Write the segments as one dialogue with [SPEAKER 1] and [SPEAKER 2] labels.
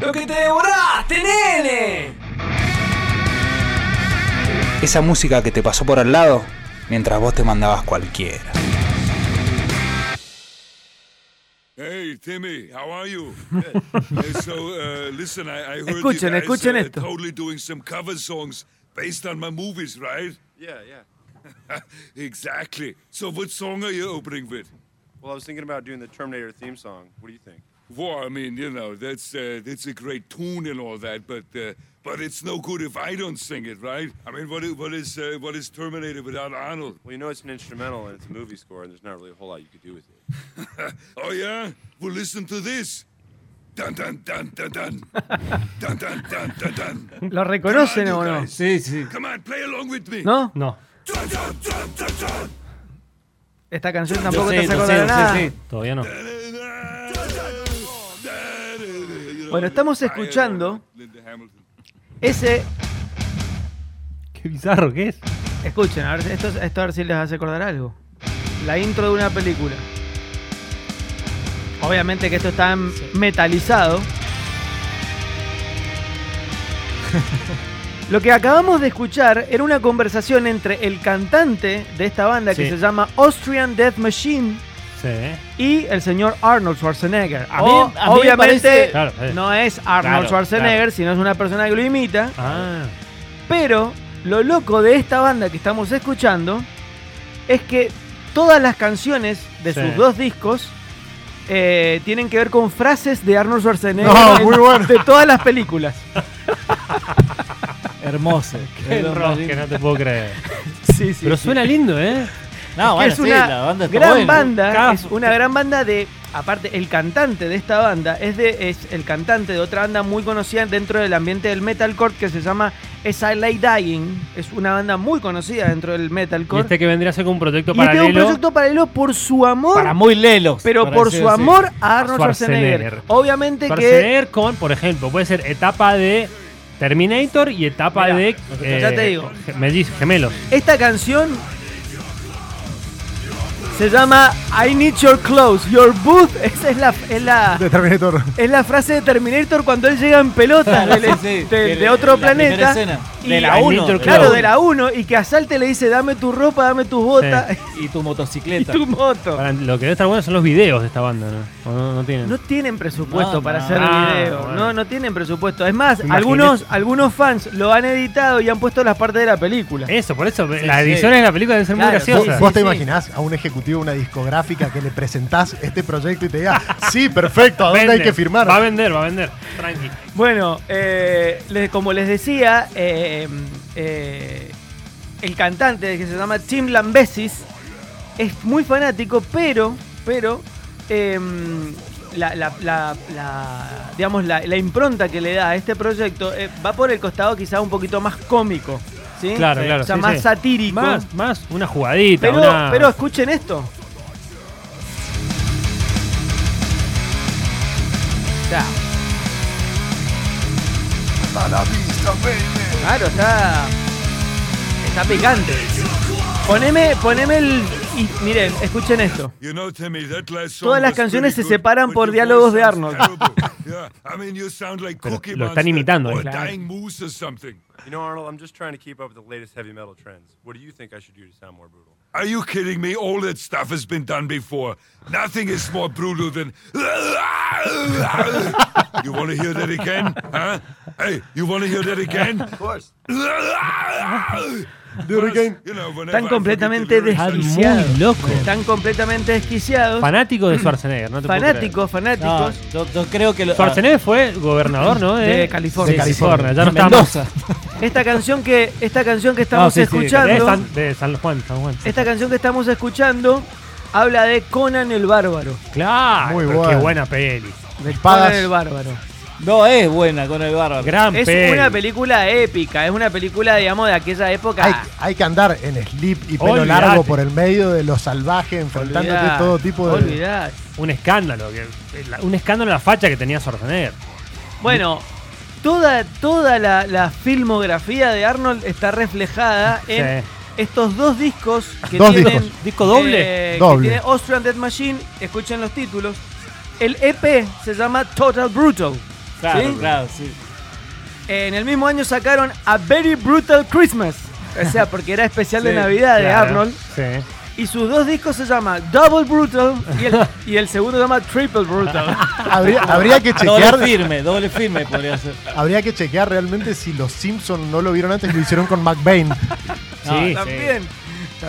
[SPEAKER 1] ¡Lo que te devoraste, nene!
[SPEAKER 2] Esa música que te pasó por al lado mientras vos te mandabas cualquiera.
[SPEAKER 3] Hey Timmy, how are you? Uh, so uh, listen, I, I heard
[SPEAKER 4] Escuchen,
[SPEAKER 3] you guys
[SPEAKER 4] escuchen
[SPEAKER 3] uh,
[SPEAKER 4] esto.
[SPEAKER 3] totally doing some cover songs based on my movies, right?
[SPEAKER 5] Yeah, yeah.
[SPEAKER 3] Exactly. So what song are you opening with?
[SPEAKER 5] Well, I was thinking about doing the Terminator theme song. What do you think?
[SPEAKER 3] Well, I mean, you know, that's uh, that's a great tune and all that, but uh, but it's no good if I don't sing it, right? I mean, what is what is uh, what is Terminator without Arnold?
[SPEAKER 5] Well, you know it's an instrumental and it's a movie score, and there's not really a whole lot you could do with it.
[SPEAKER 3] Oh yeah? Well, listen to this. Dun dun dun dun dun. dun dun dun dun dun.
[SPEAKER 4] ¿Lo reconocen o no?
[SPEAKER 6] Sí, sí.
[SPEAKER 3] Come on, play along with me.
[SPEAKER 4] ¿No?
[SPEAKER 6] No.
[SPEAKER 3] Dun, dun, dun, dun, dun.
[SPEAKER 4] Esta canción
[SPEAKER 6] Lo
[SPEAKER 4] tampoco
[SPEAKER 6] sé,
[SPEAKER 4] te hace
[SPEAKER 6] lo
[SPEAKER 4] acordar
[SPEAKER 6] sé,
[SPEAKER 4] de
[SPEAKER 6] lo sé,
[SPEAKER 4] nada.
[SPEAKER 6] sí. Todavía no.
[SPEAKER 4] Bueno, estamos escuchando.
[SPEAKER 3] Linda Hamilton.
[SPEAKER 4] Ese,
[SPEAKER 6] Qué bizarro que es.
[SPEAKER 4] escuchen, a ver, esto, esto a ver si les hace acordar algo. La intro de una película. Obviamente que esto está en- metalizado. Lo que acabamos de escuchar era una conversación entre el cantante de esta banda que
[SPEAKER 6] Sí.
[SPEAKER 4] se llama Austrian Death Machine
[SPEAKER 6] Sí, ¿eh?
[SPEAKER 4] y el señor Arnold Schwarzenegger.
[SPEAKER 7] A mí-
[SPEAKER 4] O-
[SPEAKER 7] Oh, a mí me
[SPEAKER 4] obviamente
[SPEAKER 7] parece-
[SPEAKER 6] Claro, eh.
[SPEAKER 4] no es Arnold
[SPEAKER 6] Claro,
[SPEAKER 4] Schwarzenegger,
[SPEAKER 6] claro.
[SPEAKER 4] sino es una persona que lo imita.
[SPEAKER 6] Ah,
[SPEAKER 4] Pero lo loco de esta banda que estamos escuchando es que todas las canciones de
[SPEAKER 6] Sí.
[SPEAKER 4] sus dos discos eh, tienen que ver con frases de Arnold Schwarzenegger
[SPEAKER 7] No,
[SPEAKER 4] en-
[SPEAKER 7] muy bueno.
[SPEAKER 4] de todas las películas.
[SPEAKER 7] Hermoso.
[SPEAKER 6] qué que no te puedo creer.
[SPEAKER 4] Sí, sí,
[SPEAKER 6] Pero
[SPEAKER 4] sí.
[SPEAKER 6] suena lindo, ¿eh?
[SPEAKER 7] No,
[SPEAKER 4] Que
[SPEAKER 7] Ah, bueno,
[SPEAKER 4] es
[SPEAKER 7] sí,
[SPEAKER 4] una
[SPEAKER 7] la banda está
[SPEAKER 4] gran
[SPEAKER 7] buena.
[SPEAKER 4] banda,
[SPEAKER 6] Capo.
[SPEAKER 4] es una gran banda de, aparte, el cantante de esta banda es, de, es el cantante de otra banda muy conocida dentro del ambiente del metalcore que se llama As I Lay Dying. Es una banda muy conocida dentro del
[SPEAKER 6] Y
[SPEAKER 4] metalcore.
[SPEAKER 6] este que vendría a ser como un
[SPEAKER 4] Y
[SPEAKER 6] proyecto
[SPEAKER 4] este es un
[SPEAKER 6] paralelo.
[SPEAKER 4] proyecto paralelo por su amor,
[SPEAKER 7] Para muy lelos.
[SPEAKER 4] pero
[SPEAKER 7] para
[SPEAKER 4] por
[SPEAKER 7] decir
[SPEAKER 4] su
[SPEAKER 7] así.
[SPEAKER 4] amor a Arnold Schwarzenegger.
[SPEAKER 6] Schwarzenegger.
[SPEAKER 4] Obviamente que...
[SPEAKER 6] Schwarzenegger con, por ejemplo, puede ser etapa de Terminator y etapa
[SPEAKER 4] Mirá,
[SPEAKER 6] de.
[SPEAKER 4] ya te digo.
[SPEAKER 6] gemellis- gemelos.
[SPEAKER 4] Esta canción se llama I Need Your Clothes, Your Booth. Esa es la, es la,
[SPEAKER 7] De Terminator.
[SPEAKER 4] es la frase de Terminator cuando él llega en pelotas
[SPEAKER 7] Claro,
[SPEAKER 4] del-
[SPEAKER 7] sí, sí.
[SPEAKER 4] de,
[SPEAKER 7] De-
[SPEAKER 4] de otro
[SPEAKER 7] la primera
[SPEAKER 4] planeta.
[SPEAKER 7] escena.
[SPEAKER 4] y-
[SPEAKER 7] De la
[SPEAKER 6] I
[SPEAKER 7] 1.
[SPEAKER 6] need your
[SPEAKER 4] Claro,
[SPEAKER 6] clothes.
[SPEAKER 4] de la 1. Y que a Salte le dice, dame tu ropa, dame tus botas
[SPEAKER 7] Y tu
[SPEAKER 4] y
[SPEAKER 7] motocicleta.
[SPEAKER 4] tu moto.
[SPEAKER 6] Ahora, lo que debe estar bueno son los videos de esta banda, ¿no? ¿O no, no tienen?
[SPEAKER 4] No tienen presupuesto
[SPEAKER 7] No,
[SPEAKER 4] para
[SPEAKER 7] no.
[SPEAKER 4] hacer
[SPEAKER 6] Ah,
[SPEAKER 4] video.
[SPEAKER 6] bueno.
[SPEAKER 4] No, no tienen presupuesto. Es más,
[SPEAKER 6] Imagínate.
[SPEAKER 4] algunos, algunos fans lo han editado y han puesto las partes de la película.
[SPEAKER 6] Eso, por eso.
[SPEAKER 7] Sí,
[SPEAKER 6] las
[SPEAKER 7] sí.
[SPEAKER 6] ediciones de la película deben ser muy
[SPEAKER 4] Claro,
[SPEAKER 6] graciosas.
[SPEAKER 4] sí, sí.
[SPEAKER 8] ¿Vos te imaginás a un ejecutivo de una discográfica que le presentás este proyecto y te diga, sí, perfecto, ¿a dónde hay
[SPEAKER 6] Vende.
[SPEAKER 8] que firmar?
[SPEAKER 6] Va a vender, va a vender. Tranqui.
[SPEAKER 4] Bueno, eh, les- como les decía, eh, eh, el cantante que se llama Tim Lambesis es muy fanático, pero, pero eh, la, la- la- la- digamos, la, la impronta que le da a este proyecto eh, va por el costado quizá un poquito más cómico. ¿sí?
[SPEAKER 6] Claro,
[SPEAKER 4] Sí.
[SPEAKER 6] claro,
[SPEAKER 4] O sea,
[SPEAKER 6] sí,
[SPEAKER 4] más
[SPEAKER 6] sí.
[SPEAKER 4] satírico.
[SPEAKER 6] Más, más una jugadita.
[SPEAKER 4] Pero,
[SPEAKER 6] una-
[SPEAKER 4] pero escuchen esto. Ya,
[SPEAKER 3] A la vista, baby.
[SPEAKER 4] claro, está. Está picante. Poneme, poneme el. Y miren, escuchen esto.
[SPEAKER 3] You know, Timmy, that last song
[SPEAKER 4] Todas las
[SPEAKER 3] was
[SPEAKER 4] canciones
[SPEAKER 3] pretty
[SPEAKER 4] se
[SPEAKER 3] good,
[SPEAKER 4] separan
[SPEAKER 3] but
[SPEAKER 4] por
[SPEAKER 3] your
[SPEAKER 4] diálogos
[SPEAKER 3] voice
[SPEAKER 4] de
[SPEAKER 3] sounds
[SPEAKER 4] Arnold.
[SPEAKER 3] terrible. Yeah, I mean, you sound like
[SPEAKER 6] Pero
[SPEAKER 3] Cookie
[SPEAKER 6] lo están
[SPEAKER 3] Monster
[SPEAKER 6] imitando, eh.
[SPEAKER 3] or
[SPEAKER 6] Claro.
[SPEAKER 3] Dying Moose or something.
[SPEAKER 5] You know, Arnold, I'm just trying to keep up with the latest heavy metal trends. What do you think I should do to sound more brutal?
[SPEAKER 3] Are you kidding me? All that stuff has been done before. Nothing is more brutal than. you want to hear that again? Huh? Hey, you want to hear that again? Of course. Do it again. You know, whenever
[SPEAKER 4] Están
[SPEAKER 3] I forget the
[SPEAKER 4] completamente
[SPEAKER 3] lyrics, I
[SPEAKER 6] Están
[SPEAKER 3] just-
[SPEAKER 4] desquiciados.
[SPEAKER 6] muy locos.
[SPEAKER 4] Están completamente desquiciados.
[SPEAKER 6] Fanático de Schwarzenegger, no te puedo creer.
[SPEAKER 4] Fanáticos,
[SPEAKER 7] No,
[SPEAKER 4] fanáticos.
[SPEAKER 7] yo, yo creo que lo.
[SPEAKER 6] Schwarzenegger fue gobernador, ¿no?
[SPEAKER 4] De California.
[SPEAKER 6] De California, ya no estamos.
[SPEAKER 7] Mendoza.
[SPEAKER 4] Esta canción que, esta canción que estamos
[SPEAKER 7] sí, sí,
[SPEAKER 6] De
[SPEAKER 4] escuchando.
[SPEAKER 6] San, de San Juan, San Juan.
[SPEAKER 4] Esta canción que estamos escuchando habla de Conan el Bárbaro.
[SPEAKER 6] Claro,
[SPEAKER 8] Muy
[SPEAKER 6] pero qué
[SPEAKER 8] bueno.
[SPEAKER 6] buena peli.
[SPEAKER 4] De
[SPEAKER 8] Espadas.
[SPEAKER 4] Conan el Bárbaro.
[SPEAKER 7] No es buena con el bárbaro.
[SPEAKER 6] Gran
[SPEAKER 4] Es
[SPEAKER 6] peli.
[SPEAKER 4] una película épica, es una película, digamos, de aquella época.
[SPEAKER 8] Hay, hay que andar en slip y pelo
[SPEAKER 6] Olvidate.
[SPEAKER 8] largo por el medio de lo salvaje, enfrentándote
[SPEAKER 4] Olvidá,
[SPEAKER 8] a todo tipo de.
[SPEAKER 4] olvidá.
[SPEAKER 6] Un escándalo. que- la- un escándalo la facha que tenía Schwarzenegger.
[SPEAKER 4] Bueno, toda, toda la, la filmografía de Arnold está reflejada en
[SPEAKER 6] Sí.
[SPEAKER 4] estos dos discos que
[SPEAKER 8] Dos
[SPEAKER 4] tienen.
[SPEAKER 8] discos.
[SPEAKER 6] ¿Disco doble?
[SPEAKER 4] eh, que
[SPEAKER 8] Doble.
[SPEAKER 4] tiene E Austrian Dead Machine, escuchen los títulos. El EP se llama Total Brutal.
[SPEAKER 7] Claro,
[SPEAKER 4] ¿Sí?
[SPEAKER 7] claro, sí.
[SPEAKER 4] En el mismo año sacaron A Very Brutal Christmas. O sea, porque era especial de
[SPEAKER 7] Sí,
[SPEAKER 4] Navidad de
[SPEAKER 6] Claro,
[SPEAKER 4] Arnold.
[SPEAKER 6] Sí.
[SPEAKER 4] Y sus dos discos se llama Double Brutal y el, y el segundo se llama Triple Brutal.
[SPEAKER 8] Habría, habría que chequear.
[SPEAKER 7] Ah, Doble firme, doble firme podría ser.
[SPEAKER 8] Habría que chequear realmente si los Simpsons no lo vieron antes, lo hicieron con McBain.
[SPEAKER 7] No,
[SPEAKER 4] también.
[SPEAKER 6] sí,
[SPEAKER 4] También,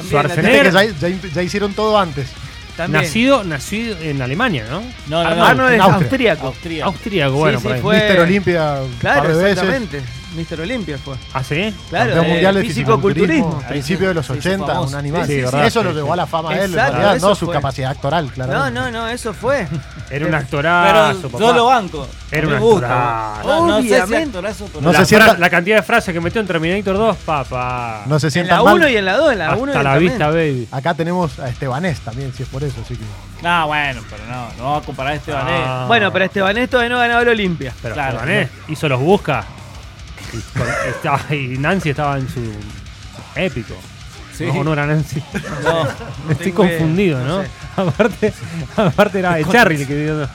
[SPEAKER 6] Schwarzenegger.
[SPEAKER 8] Viste que ya, ya- ya hicieron todo antes.
[SPEAKER 4] también.
[SPEAKER 6] Nacido, nacido en Alemania, ¿no?
[SPEAKER 7] No, no, no.
[SPEAKER 4] Arnold es
[SPEAKER 8] en Austria.
[SPEAKER 4] austríaco.
[SPEAKER 7] Austria.
[SPEAKER 6] Austríaco,
[SPEAKER 4] Sí,
[SPEAKER 6] bueno,
[SPEAKER 4] sí,
[SPEAKER 6] por ahí.
[SPEAKER 4] Fue-
[SPEAKER 8] Mister Olimpia, un par
[SPEAKER 4] Claro,
[SPEAKER 8] de veces.
[SPEAKER 4] exactamente. Mr. Olimpia fue.
[SPEAKER 6] ¿Ah, sí?
[SPEAKER 4] Claro,
[SPEAKER 8] Campeón
[SPEAKER 4] eh,
[SPEAKER 8] mundial de
[SPEAKER 4] fisicoculturismo.
[SPEAKER 8] fisicoculturismo. Principio de los
[SPEAKER 7] Sí, sí, sí,
[SPEAKER 8] 80, un
[SPEAKER 7] famoso.
[SPEAKER 8] animal.
[SPEAKER 6] Sí, sí, sí,
[SPEAKER 8] eso
[SPEAKER 6] sí,
[SPEAKER 8] lo
[SPEAKER 6] sí.
[SPEAKER 8] llevó a la fama a él, en
[SPEAKER 4] Exacto,
[SPEAKER 8] realidad,
[SPEAKER 4] eso
[SPEAKER 8] no su
[SPEAKER 4] fue.
[SPEAKER 8] capacidad actoral, claro.
[SPEAKER 4] No, no, no, eso fue.
[SPEAKER 6] Era un
[SPEAKER 8] Ah,
[SPEAKER 7] Pero
[SPEAKER 6] actorazo, papá.
[SPEAKER 7] yo lo banco.
[SPEAKER 6] Era un
[SPEAKER 7] Me gusta.
[SPEAKER 6] actorazo.
[SPEAKER 7] No, no sé si
[SPEAKER 4] Obviamente.
[SPEAKER 7] actorazo, pero.
[SPEAKER 8] No
[SPEAKER 6] la,
[SPEAKER 8] se sienta-
[SPEAKER 6] fra- la cantidad de frases que metió en Terminator 2, papá.
[SPEAKER 8] No se
[SPEAKER 4] En
[SPEAKER 8] sientan
[SPEAKER 4] la
[SPEAKER 8] mal.
[SPEAKER 4] 1 y en la 2, en la 1 y
[SPEAKER 6] Hasta
[SPEAKER 4] en
[SPEAKER 6] la
[SPEAKER 4] también.
[SPEAKER 6] vista, baby.
[SPEAKER 8] Acá tenemos a Estebanés también, si es por eso. Así que...
[SPEAKER 7] No, bueno, pero no. No vamos a comparar a este ballet.
[SPEAKER 6] Ah.
[SPEAKER 4] Bueno, pero Esteban esto de no ganaba el Olimpia.
[SPEAKER 6] Pero
[SPEAKER 7] Claro,
[SPEAKER 6] Estebanés hizo los busca. Y, con- estaba- y Nancy estaba en su épico. No, no era Nancy.
[SPEAKER 7] No.
[SPEAKER 6] Me estoy
[SPEAKER 4] tengo idea,
[SPEAKER 6] confundido,
[SPEAKER 4] no
[SPEAKER 6] ¿no?
[SPEAKER 4] sé.
[SPEAKER 6] aparte, aparte era de Charry el que dio.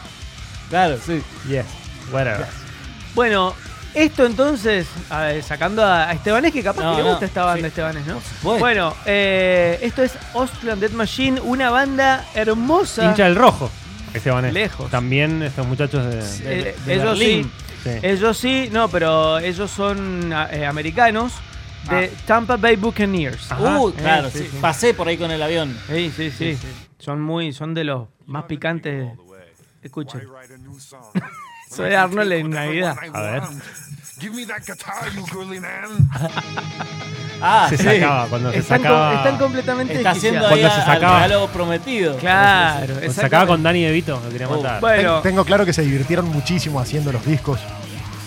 [SPEAKER 7] Claro, sí.
[SPEAKER 6] Yes. Whatever.
[SPEAKER 4] Bueno, esto entonces, a ver, sacando a, a Estebanés, que capaz
[SPEAKER 7] No,
[SPEAKER 4] que le
[SPEAKER 7] no,
[SPEAKER 4] gusta esta banda
[SPEAKER 7] sí.
[SPEAKER 4] Estebanés, ¿no?
[SPEAKER 7] Bueno.
[SPEAKER 4] Bueno, eh, esto es Austrian Dead Machine, una banda hermosa.
[SPEAKER 6] Hincha del rojo. Estebanés.
[SPEAKER 4] Lejos.
[SPEAKER 6] También estos muchachos de.
[SPEAKER 4] Eh,
[SPEAKER 7] de
[SPEAKER 4] ellos
[SPEAKER 7] Berlín.
[SPEAKER 4] sí.
[SPEAKER 6] Sí.
[SPEAKER 4] Ellos sí, no, pero ellos son ah, eh, americanos de
[SPEAKER 7] Ah.
[SPEAKER 4] Tampa Bay Buccaneers.
[SPEAKER 6] Ajá.
[SPEAKER 7] Uh,
[SPEAKER 4] Eh,
[SPEAKER 7] claro,
[SPEAKER 4] sí,
[SPEAKER 7] sí,
[SPEAKER 4] sí.
[SPEAKER 7] Pasé por ahí con el avión.
[SPEAKER 4] Sí, sí, sí, Son muy, son de los más picantes. Escuchen. Soy Arnold en Navidad.
[SPEAKER 6] A ver.
[SPEAKER 3] Give me that guitar, you girly man.
[SPEAKER 7] Ah,
[SPEAKER 6] Se
[SPEAKER 7] sí.
[SPEAKER 6] sacaba cuando se
[SPEAKER 4] Están,
[SPEAKER 6] sacaba.
[SPEAKER 4] com- están completamente
[SPEAKER 7] Está haciendo
[SPEAKER 4] desquiciados.
[SPEAKER 7] ahí
[SPEAKER 6] Cuando se
[SPEAKER 7] a- al
[SPEAKER 6] sacaba.
[SPEAKER 7] regalo prometido.
[SPEAKER 4] Claro, Oh.
[SPEAKER 6] cuando se sacaba con Dani De Vito, lo quería
[SPEAKER 7] Uh,
[SPEAKER 6] matar.
[SPEAKER 8] Ten-
[SPEAKER 4] Bueno,
[SPEAKER 8] Tengo claro que se divirtieron muchísimo haciendo los discos.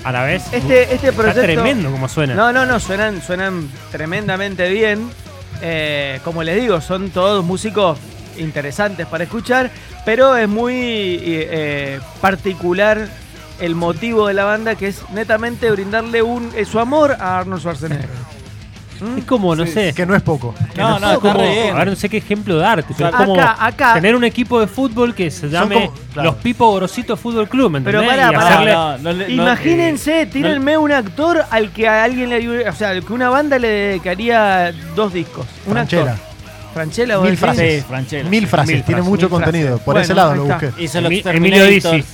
[SPEAKER 6] A la vez.
[SPEAKER 4] este, este
[SPEAKER 6] está
[SPEAKER 4] proyecto.
[SPEAKER 6] tremendo como suena.
[SPEAKER 4] No, no, no, suenan, suenan tremendamente bien. Eh, como les digo, son todos músicos interesantes para escuchar, pero es muy eh, eh, particular el motivo de la banda, que es netamente brindarle un, eh, su amor a Arnold Schwarzenegger.
[SPEAKER 6] Es como, no sé.
[SPEAKER 8] Que no es poco.
[SPEAKER 7] No, no,
[SPEAKER 6] es
[SPEAKER 7] está
[SPEAKER 6] como,
[SPEAKER 7] re bien.
[SPEAKER 6] ahora no sé qué ejemplo darte, pero es
[SPEAKER 4] Acá,
[SPEAKER 6] como
[SPEAKER 4] acá.
[SPEAKER 6] tener un equipo de fútbol que se llame
[SPEAKER 8] como- claro.
[SPEAKER 6] los Pipo Gorosito Fútbol Club, ¿me
[SPEAKER 4] Pero
[SPEAKER 6] entendés?
[SPEAKER 4] pará,
[SPEAKER 6] y
[SPEAKER 4] pará.
[SPEAKER 6] hacerle
[SPEAKER 7] No, no le- no-
[SPEAKER 4] Imagínense, tírenme un actor al que a alguien le ayude- o sea, que una banda le dedicaría dos discos. Un
[SPEAKER 8] Franchella.
[SPEAKER 4] actor. Franchella, vos
[SPEAKER 8] Mil
[SPEAKER 4] decís.
[SPEAKER 8] frases.
[SPEAKER 7] Sí, Franchella.
[SPEAKER 8] Mil frases,
[SPEAKER 6] Mil
[SPEAKER 8] tiene
[SPEAKER 6] frases,
[SPEAKER 4] mil
[SPEAKER 8] mucho
[SPEAKER 4] frases.
[SPEAKER 8] contenido. Por
[SPEAKER 4] Bueno,
[SPEAKER 8] ese lado
[SPEAKER 4] ahí
[SPEAKER 8] lo
[SPEAKER 4] está.
[SPEAKER 8] busqué.
[SPEAKER 7] Hizo los
[SPEAKER 6] Emi- Emilio
[SPEAKER 7] Exterminators.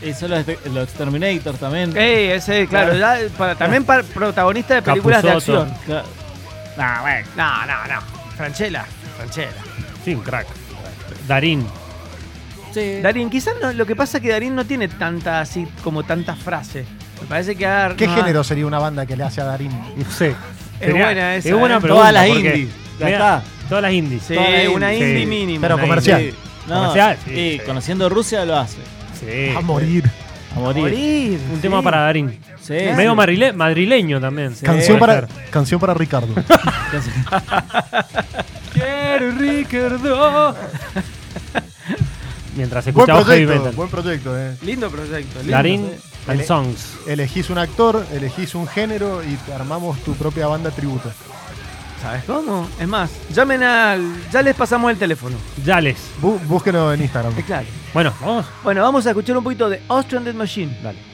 [SPEAKER 6] Dizzy.
[SPEAKER 7] Hizo los, los Terminators también.
[SPEAKER 4] Ey, ese, claro, ya, para- también para protagonista de películas de
[SPEAKER 6] Capusotto.
[SPEAKER 4] acción.
[SPEAKER 7] Claro.
[SPEAKER 6] Nah, bueno.
[SPEAKER 4] No, no, no. Franchella, Franchella.
[SPEAKER 6] Sí, un crack. Darín.
[SPEAKER 7] Sí.
[SPEAKER 4] Darín, quizás no- lo que pasa es que Darín no tiene tanta así como tantas frases. Me parece que Ar-
[SPEAKER 8] ¿Qué
[SPEAKER 4] no,
[SPEAKER 8] género sería una banda que le hace a Darín?
[SPEAKER 6] No sé.
[SPEAKER 4] Es buena esa,
[SPEAKER 6] Es buena
[SPEAKER 4] ¿eh?
[SPEAKER 6] pregunta,
[SPEAKER 7] Todas las
[SPEAKER 6] porque,
[SPEAKER 7] indies, ya
[SPEAKER 6] mirá,
[SPEAKER 7] está.
[SPEAKER 6] Todas las indies.
[SPEAKER 4] Sí,
[SPEAKER 7] Toda la indie.
[SPEAKER 4] una indie
[SPEAKER 6] Sí.
[SPEAKER 4] mínima.
[SPEAKER 8] Pero
[SPEAKER 6] Una
[SPEAKER 8] comercial.
[SPEAKER 6] indie.
[SPEAKER 7] No,
[SPEAKER 6] Comercial, sí,
[SPEAKER 7] sí,
[SPEAKER 6] sí.
[SPEAKER 7] conociendo Rusia lo hace.
[SPEAKER 4] Eh,
[SPEAKER 6] Sí.
[SPEAKER 8] A morir.
[SPEAKER 7] A morir.
[SPEAKER 4] Morir,
[SPEAKER 6] Un
[SPEAKER 4] sí.
[SPEAKER 6] tema para Darín.
[SPEAKER 7] Sí.
[SPEAKER 6] Medio madrile- madrileño también.
[SPEAKER 8] Canción,
[SPEAKER 4] eh,
[SPEAKER 6] Puede
[SPEAKER 8] para,
[SPEAKER 6] ser.
[SPEAKER 8] canción para Ricardo.
[SPEAKER 6] Quiero Ricardo. Mientras
[SPEAKER 8] buen
[SPEAKER 6] escuchaba heavy
[SPEAKER 8] proyecto,
[SPEAKER 6] metal.
[SPEAKER 8] buen proyecto. Eh.
[SPEAKER 4] Lindo proyecto. lindo.
[SPEAKER 6] Darín and
[SPEAKER 8] Ele-
[SPEAKER 6] Songs.
[SPEAKER 8] Elegís un actor, elegís un género y te armamos tu propia banda tributo.
[SPEAKER 4] ¿Sabes cómo? Es más, llamen al. Ya les pasamos el teléfono.
[SPEAKER 6] Yales.
[SPEAKER 8] Bú- búsquenos en Instagram.
[SPEAKER 4] Es claro.
[SPEAKER 6] Bueno, vamos.
[SPEAKER 4] Bueno, vamos a escuchar un poquito de Austrian Dead Machine.
[SPEAKER 6] Dale.